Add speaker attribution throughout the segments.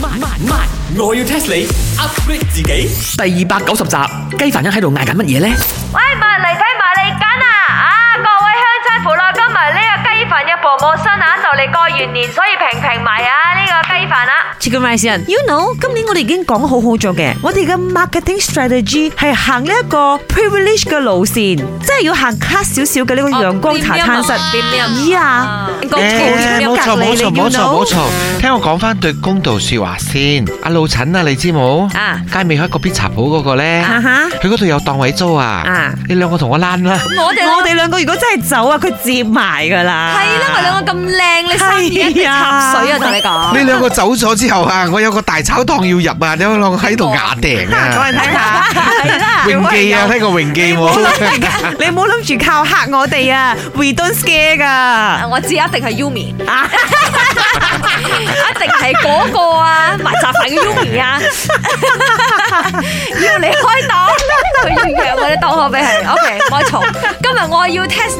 Speaker 1: 慢慢，我要 test 你 upgrade 自己。第二百九十集，雞凡欣喺度嗌緊乜嘢呢？
Speaker 2: 喂，麥嚟睇埋嚟緊啊！啊，各位鄉親父老，今日呢個雞飯嘅婆母新啊，就嚟過完年，所以平平埋啊呢個雞飯啊！
Speaker 3: Chicken Rice 人，you know，今年我哋已經講好好咗嘅，我哋嘅 marketing strategy 係行呢一個 privilege 嘅路線，即係要行卡少少嘅呢個陽光茶餐室。咦啊！
Speaker 4: 誒冇錯冇錯冇錯冇錯，聽我講翻句公道説話先。阿老陳啊，你知冇？
Speaker 3: 啊
Speaker 4: 街尾開嗰邊茶鋪嗰個咧
Speaker 3: 啊哈，
Speaker 4: 佢嗰度有檔位租
Speaker 3: 啊
Speaker 4: 啊。你兩個同我躝啦。
Speaker 5: 我哋
Speaker 3: 我哋兩個如果真係走啊，佢接埋㗎啦。
Speaker 5: 係啦，我兩個咁靚，你三年一定插水啊！同你
Speaker 3: 哦
Speaker 5: 講，
Speaker 4: 你兩個走咗之後啊，我有個大炒檔要入啊，你兩個喺度牙掟
Speaker 3: 講嚟
Speaker 4: 啊。
Speaker 3: 睇下，係啦，
Speaker 4: 榮記啊，
Speaker 3: 有
Speaker 4: 睇個榮記
Speaker 3: 你唔好
Speaker 4: 喎。
Speaker 3: 諗住，你唔好諗住靠嚇我哋啊！We don't scare 噶。
Speaker 5: 啊我知一定係 Yumi，一定係嗰個啊賣雜飯嘅 Yumi 啊， 要你開檔，佢要讓我啲檔口俾佢。OK，唔好嘈，今日我要 test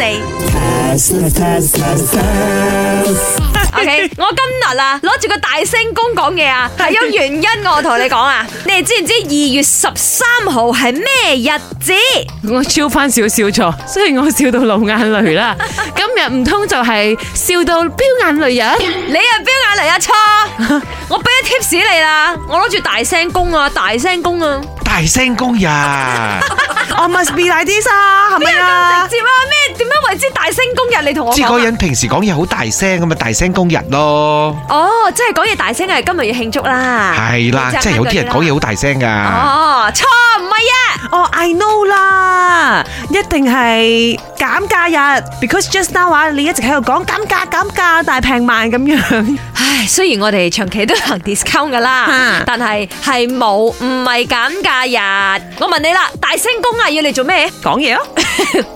Speaker 5: 你。OK，我今日啊攞住個大聲公講嘢啊，係有原因我同你講啊。你哋知唔知二月十三號係咩日子？
Speaker 6: 我超翻少少錯，雖然我笑到流眼淚啦，今日唔通就係笑到飆眼淚人？
Speaker 5: 你啊，標眼嚟啊， 錯！我俾咗 tips 你啦，我攞住大聲公啊，大聲公啊，
Speaker 4: 大聲 公呀！
Speaker 3: 我 Oh, must be like this à, 啊，係咪啊
Speaker 5: 咁直？接啊咩？點樣為之大聲公日？你同我
Speaker 4: 知嗰
Speaker 5: 講啊
Speaker 4: 人平時講嘢好大聲咁啊，大聲公日咯。
Speaker 5: 哦，即係講嘢大聲係今日要慶祝啦。
Speaker 3: 啊
Speaker 4: 係啦，即係有啲人講嘢好大聲㗎。
Speaker 5: 哦，錯唔係啊，
Speaker 3: 哦、i know 啦，一定係減價日，because just now 啊，你一直喺度講減價減價，但係平慢咁 樣。
Speaker 5: 唉，雖然我哋長期都行 discount 噶啦
Speaker 3: 啊，
Speaker 5: 但係係冇，唔係減價日。我問你啦，大聲公啊，要嚟做咩？
Speaker 3: 講嘢咯，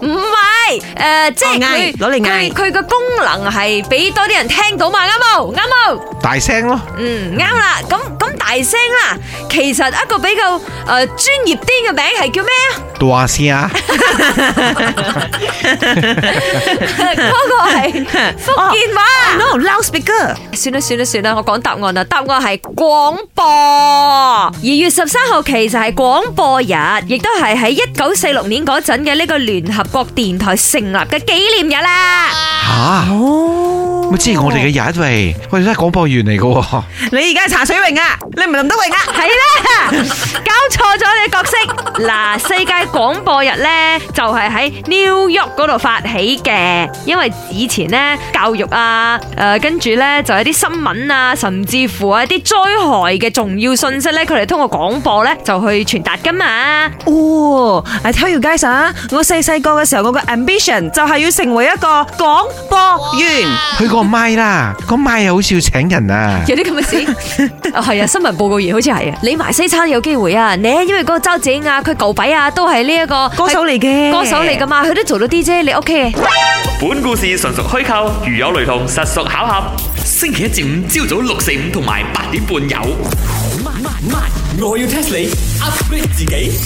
Speaker 5: 唔係，誒、即係
Speaker 3: 哦嗌
Speaker 5: 佢
Speaker 3: 攞嚟嗌
Speaker 5: 佢佢個功能係俾多啲人聽到嘛，啱冇？啱冇？
Speaker 4: 大聲咯，
Speaker 5: 嗯，啱啦，咁咁大聲啦。其實一個比較誒專業啲嘅名係叫咩啊？
Speaker 4: 大聲啊！
Speaker 5: 嗰個係福建話。
Speaker 3: no loudspeaker，
Speaker 5: 算啦算啦算啦，我講答案啦。答案係廣播。二月十三號其實係廣播日，亦都係喺一九四六年嗰陣嘅呢個聯合國電台成立嘅紀念日啦。
Speaker 4: 吓，咪即係我哋嘅日喂，我哋都係廣播員嚟嘅喎。
Speaker 3: 你而家係茶水榮啊，你唔係林德榮啊？
Speaker 5: 係啦，搞錯咗你角色。嗱，世界廣播日呢，就係喺 New York 嗰度發起嘅，因為以前呢，教育啊，誒、跟住呢，就有啲新聞啊，甚至乎一啲災害嘅重要信息呢，佢哋通過廣播呢，就去傳達噶嘛。
Speaker 3: 哦，I tell you guys 啊，我細細個嘅時候，我嘅 ambition 就係要成為一個廣播員。
Speaker 4: 佢個麥啦，個麥又好似要請人啊。
Speaker 5: 有啲咁嘅 事，啊係啊，新聞報告員好似係啊，你埋西餐有機會啊，你因為嗰個周子啊，佢舊底啊，都係呢一個
Speaker 3: 歌手嚟嘅
Speaker 5: 歌手嚟噶嘛，佢都做到 DJ，你 OK 嘅。
Speaker 1: 本故事純屬虛構，如有雷同，實屬巧合。星期一至五朝早六四五同埋八點半有。我要 test 你 upgrade 自己。